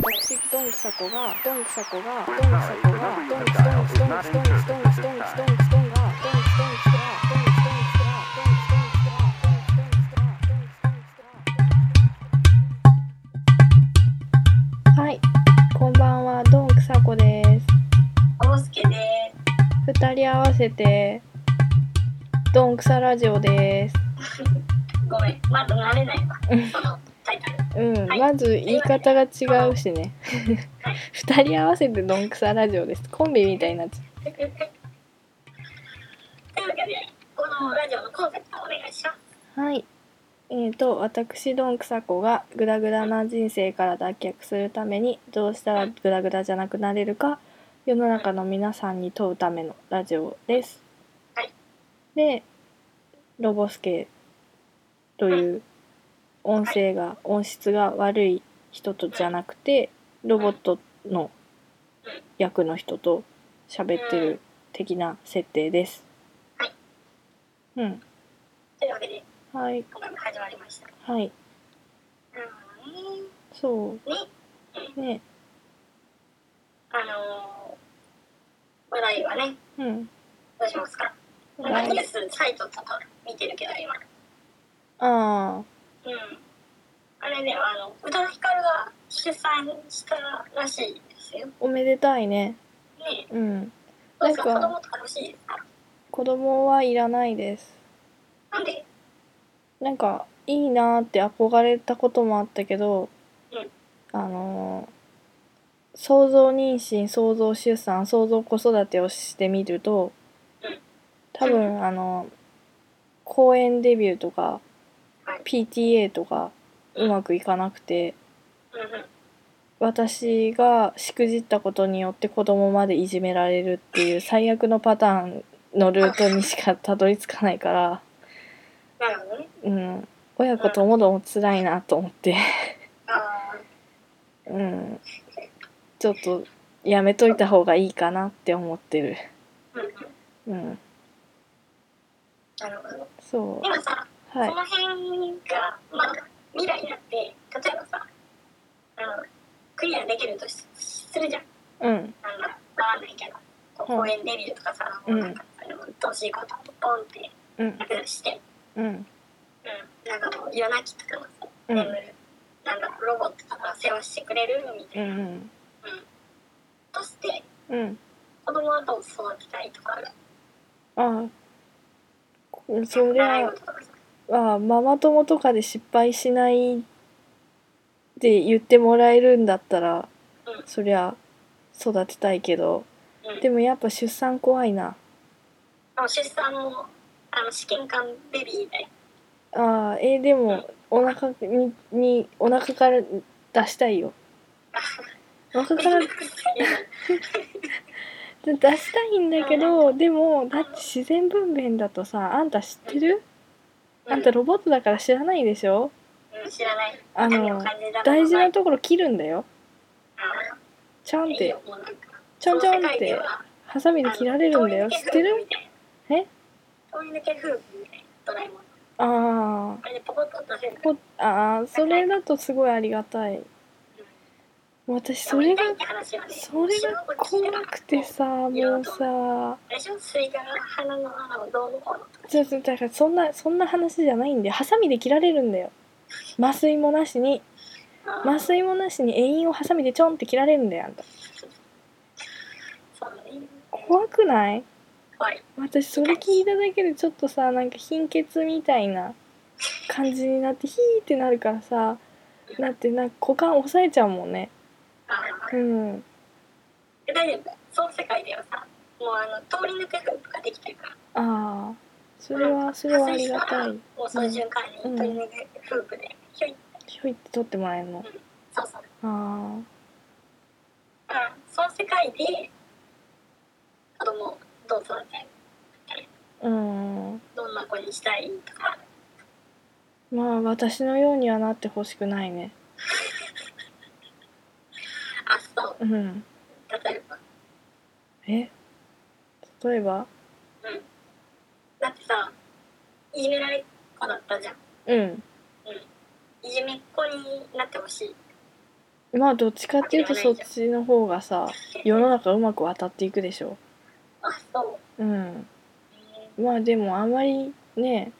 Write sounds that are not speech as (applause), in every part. ンクサコがドンクサコがドンクサコがドンクドンクドンクドンクドンクドンクドンクドンクがドンクドンクがドンクドンクがドンクドンクがドンクドンクがドンクドンクがはいこんばんはドンクサコですともすけで二人合わせてドンクサラジオですす。ごめん、まだ慣れないわ。そのタイトル。うん、はいまず言い方が違うしね (laughs) 二人合わせてドンクサラジオですコンビみたいになっちゃうというわけで、このラジオのコンセプトをお願いします。はい。えー、と私どんくさこがグダグダな人生から脱却するためにどうしたらグダグダじゃなくなれるか世の中の皆さんに問うためのラジオです。はいでロボスケという音声が音質が悪い人とじゃなくてロボットの役の人と喋ってる的な設定です。うん、というわけで、はい今回も始まりました。はいなのに、そうにねあのー、話題はね、うんどうしますか。なんかニュースサイトとか見てるけど、今。ああうん。あれね、あの、宇多田ヒカルが出産したらしいですよ。ねおめでたいねえ。うんどうですか、な子んか供とか欲しいですか子供はいらないですなんでなんかいいなーって憧れたこともあったけど、うんあのー想像妊娠想像出産想像子育てをしてみるとうん多分あの公演デビューとかはい PTA とかうまくいかなくてうんうん。私がしくじったことによって子供までいじめられるっていう最悪のパターンのルートにしかたどり着かないから、なるほどね。うん、親子ともども辛いなと思って、ああ、うん、ちょっとやめといた方がいいかなって思ってる、うんうん。うん、なるほど。そ今さ、うはいこの辺が、まあ、未来になって、例えばさ、あの、クリアできるとしするじゃん。うんなんか、わかんないけど。こううん公演デビューとかさ、もうなんか、あの、うっとうしいことをポンってうんなくして、うんうん。なんかもう、夜泣きとかもさ、うん眠る。なんだ、ロボットとかが世話してくれるみたういな。んとして、うん子供はどう育てたいとかある。ああこそり習いゃ事とかさ。あママ友とかで失敗しないって言ってもらえるんだったら、うんそりゃ育てたいけどうん。でもやっぱ出産怖いなあの出産もあの試験管ベビーであーえーでもお腹ににお腹から出した (laughs) いよお腹から出したいんだけどでもだって自然分娩だとさあんた知ってるあんたロボットだから知らないでしょうん知らないあ何をの感じたのか大事なあところ切るんだよちゃーんっいいてよもうなんかちょんちょんそのっ世界でてはハサミで切られるんだよあの知ってるえ通り抜け夫婦みたいなドラえもんあああれでポコッと出せるこあーそれだとすごいありがたい私それが痛いって話はねそれが怖くてさもうさあれでしょスイカが鼻の穴をどうのこうのちょっとだからそんなそんな話じゃないんでハサミで切られるんだよ麻酔もなしにあー麻酔もなしに栄養をハサミでちょんって切られるんだよあんたそうね怖くない怖い私それ聞いただけでちょっとさなんか貧血みたいな感じになってヒーってなるからさなってなんか股間押さえちゃうもんねあーうんえ大丈夫その世界ではさもうあの通り抜け夫婦ができてるからああそれはそれはありがたいもうその瞬間にトイレで夫婦で、ひょいひょいって取ってもらえるのそうそう。あだからその世界で、子供をどう育てたい、あうんどんな子にしたいとか、まあ私のようにはなってほしくないねあ、そう、うん例えば。え例えばうん。だってさ、いじめられっ子だったじゃん。うんいじめっ子になってほしい。まあどっちかっていうとそっちの方がさ世の中うまく渡っていくでしょあそううんえまあでもあんまりね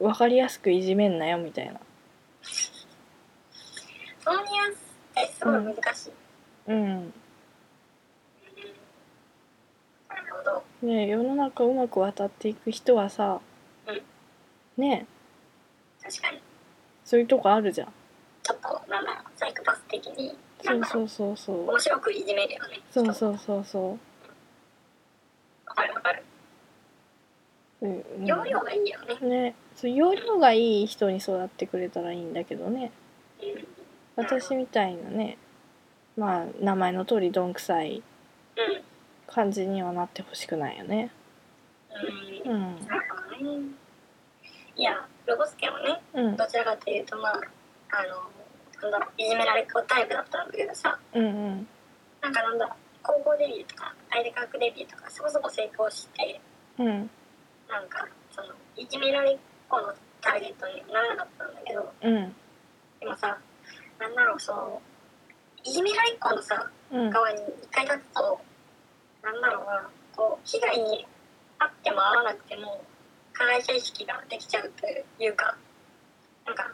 分かりやすくいじめんなよみたいなーそのニュアンスってすごい難しい、うんなるほどね世の中うまく渡っていく人はさね確かにそういうとこあるじゃんちょっとまあまあサイコパス的にまそあうまあそうそうそう面白くいじめるよねそううそうそうそわかるわかるううん容量がいいよね、ねそう容量がいい人に育ってくれたらいいんだけどねうん私みたいなねまあ名前の通りどんくさい感じにはなってほしくないよねうんうんうんなんかねいやロボスケもねうんどちらかというとまああのなんだろういじめられっ子タイプだったんだけどさうんうんなんかなんだろう高校デビューとか大学デビューとかそこそこ成功してうんなんかそのいじめられっ子のターゲットにならなかったんだけどうんでもさなんだろうそのいじめられっ子のさうん側に一回立つとなんだろうなこう被害にあっても合わなくても加害者意識ができちゃうというかなんか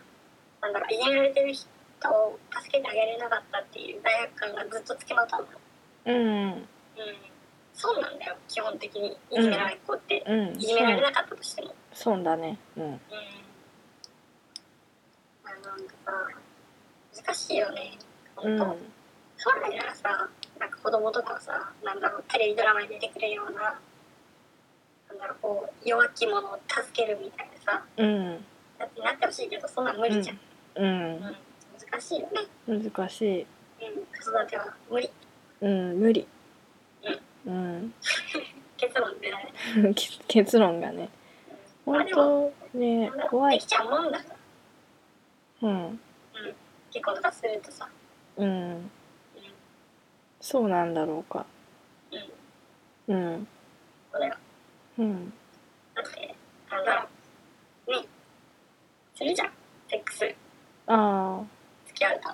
なんだろういじめられてる人を助けてあげれなかったっていう罪悪感がずっとつきまとうの、うんうん、そうなんだよ基本的にいじめられっ子って、うんいじめられなかったとしても。そうそうだねうんうんまあなんかさ難しいよね本当、うん将来ならさなんか子供とかはさなんだろうテレビドラマに出てくるようななんだろうこう弱き者を助けるみたいなさうんだってなってほしいけどそんなん無理じゃん、ううんん難しいよね、難しいうん、子育ては無理うん無理うん (laughs) 結論出ない結結論がねまあでも本当ねなんだろう怖でいきちゃうもんだからうん結婚とかするとさ、うんうんそうなんだろうかうん、うんそうだようんだってなんだろうねするじゃんセックス付ああき合うと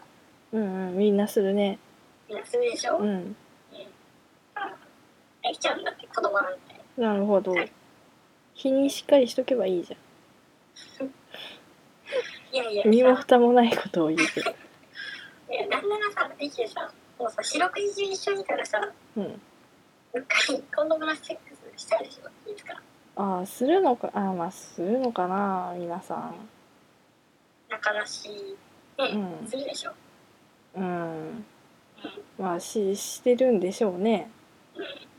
うんうんみんなするねみんなするでしょ、ううん、んできちゃうんだって子供なんてなるほどはい日にしっかりしとけばいいじいやいやゃん身もさ蓋もないことを言うけどいや旦那がさできてさもうさ四六時中一緒にいたらさうんうっかりコンドームなしセックスしたでしょいつかああするのかああまあするのかな皆さ仲なしね、うんするでしょ、んうんうんまあししてるんでしょうね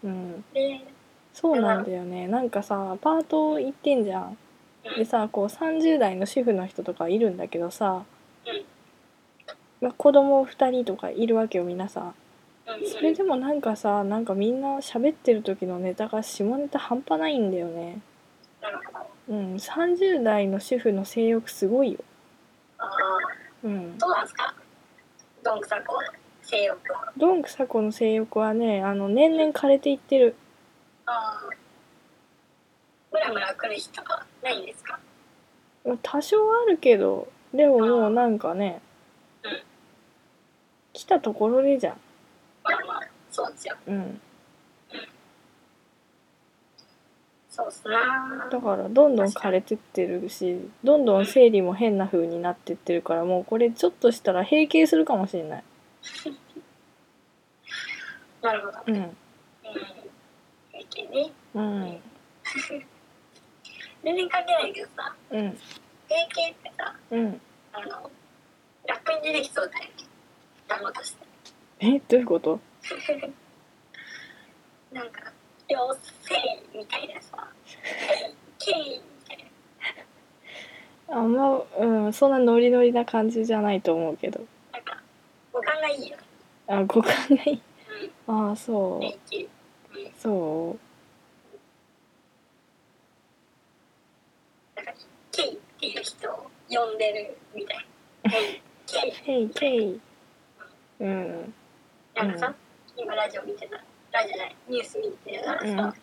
うんでそうなんだよねなんかさパート行ってんじゃんうんでさこう30代の主婦の人とかいるんだけどさ、まあ、子供2人とかいるわけよ皆さんうんそれでもなんかさなんかみんな喋ってる時のネタが下ネタ半端ないんだよねなるほどうん30代の主婦の性欲すごいよああうんどうなんすかどんくさこう性欲はドンクサコの性欲はねあの年々枯れていってるああムラムラ来る日とかないんですかまあ多少はあるけどでももうなんかねうん来たところでじゃんまあまあそうですようんそうっすなだからどんどん枯れてってるしどんどん生理も変な風になってってるからもうこれちょっとしたら閉経するかもしれないなるほどううんん平気ねうん全然関係ないけどさうん整形ってさうんあのラップに出てきそうだよね単語としてえどういうことなんか「妖精」みたいなさ「ケイ」みたいなあんまうんそんなノリノリな感じじゃないと思うけどなんか五感がいいよねあ五感がいい (laughs) ああそ整う形うんそなんか「ケイ」っていう人を呼んでるみたいな「ケイ」ケイうケイケイうんなんかさ、今ラジオ見てたラジオじゃないニュース見てたらさ、うん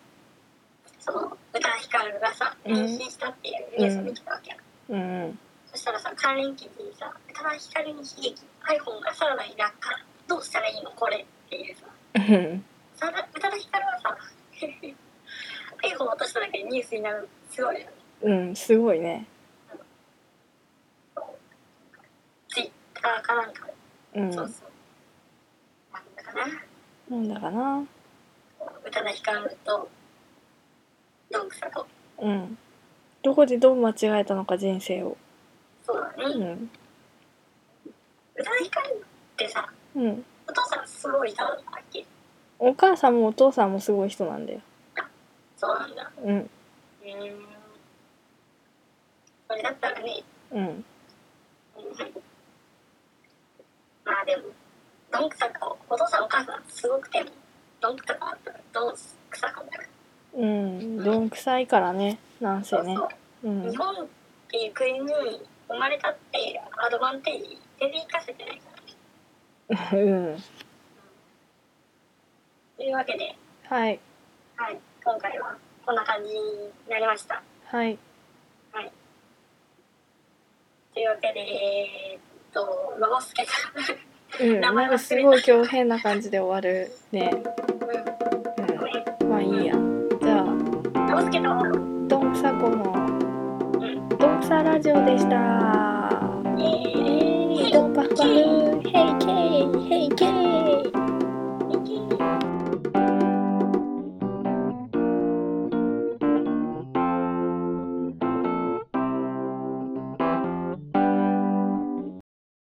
その宇多田ヒカルがさうん妊娠したっていうニュースを見てたわけよ、うんそしたらさ関連記事にさ「宇多田ヒカルに悲劇 iPhone がさらなる落下どうしたらいいのこれ」っていうさうん (laughs) さだ宇多田ヒカルはさ (laughs) iPhone 落としただけでニュースになるすごいよねうんすごいねツイッターかなんかで、うんそうそうなんだかななんだかな宇多田ヒカルとドンクサとうんどこでどう間違えたのか人生をそうだうねん宇多田ヒカルってさうんお父さんすごい人だったっけお母さんもお父さんもすごい人なんだよそうなんだうんうーんそれだったらねうんうんまあでもドンクサコお父さんお母さんすごくてもドンクサコあったらドンクサコになるうんどんくさいからねなんせねそううそう、ん日本っていう国に生まれたっていうアドバンテージ全然生かせてないからねうんというわけではいはい、今回はこんな感じになりました。はいというわけで、えーっと、ロボスケさん、 (laughs) うんなんかすごい今日変な感じで終わるねうんごめんうんまあいいやじゃあロボスケと、どんくさこのどんくさラジオでしたえー、ドンパフパフヘイケイヘイケイ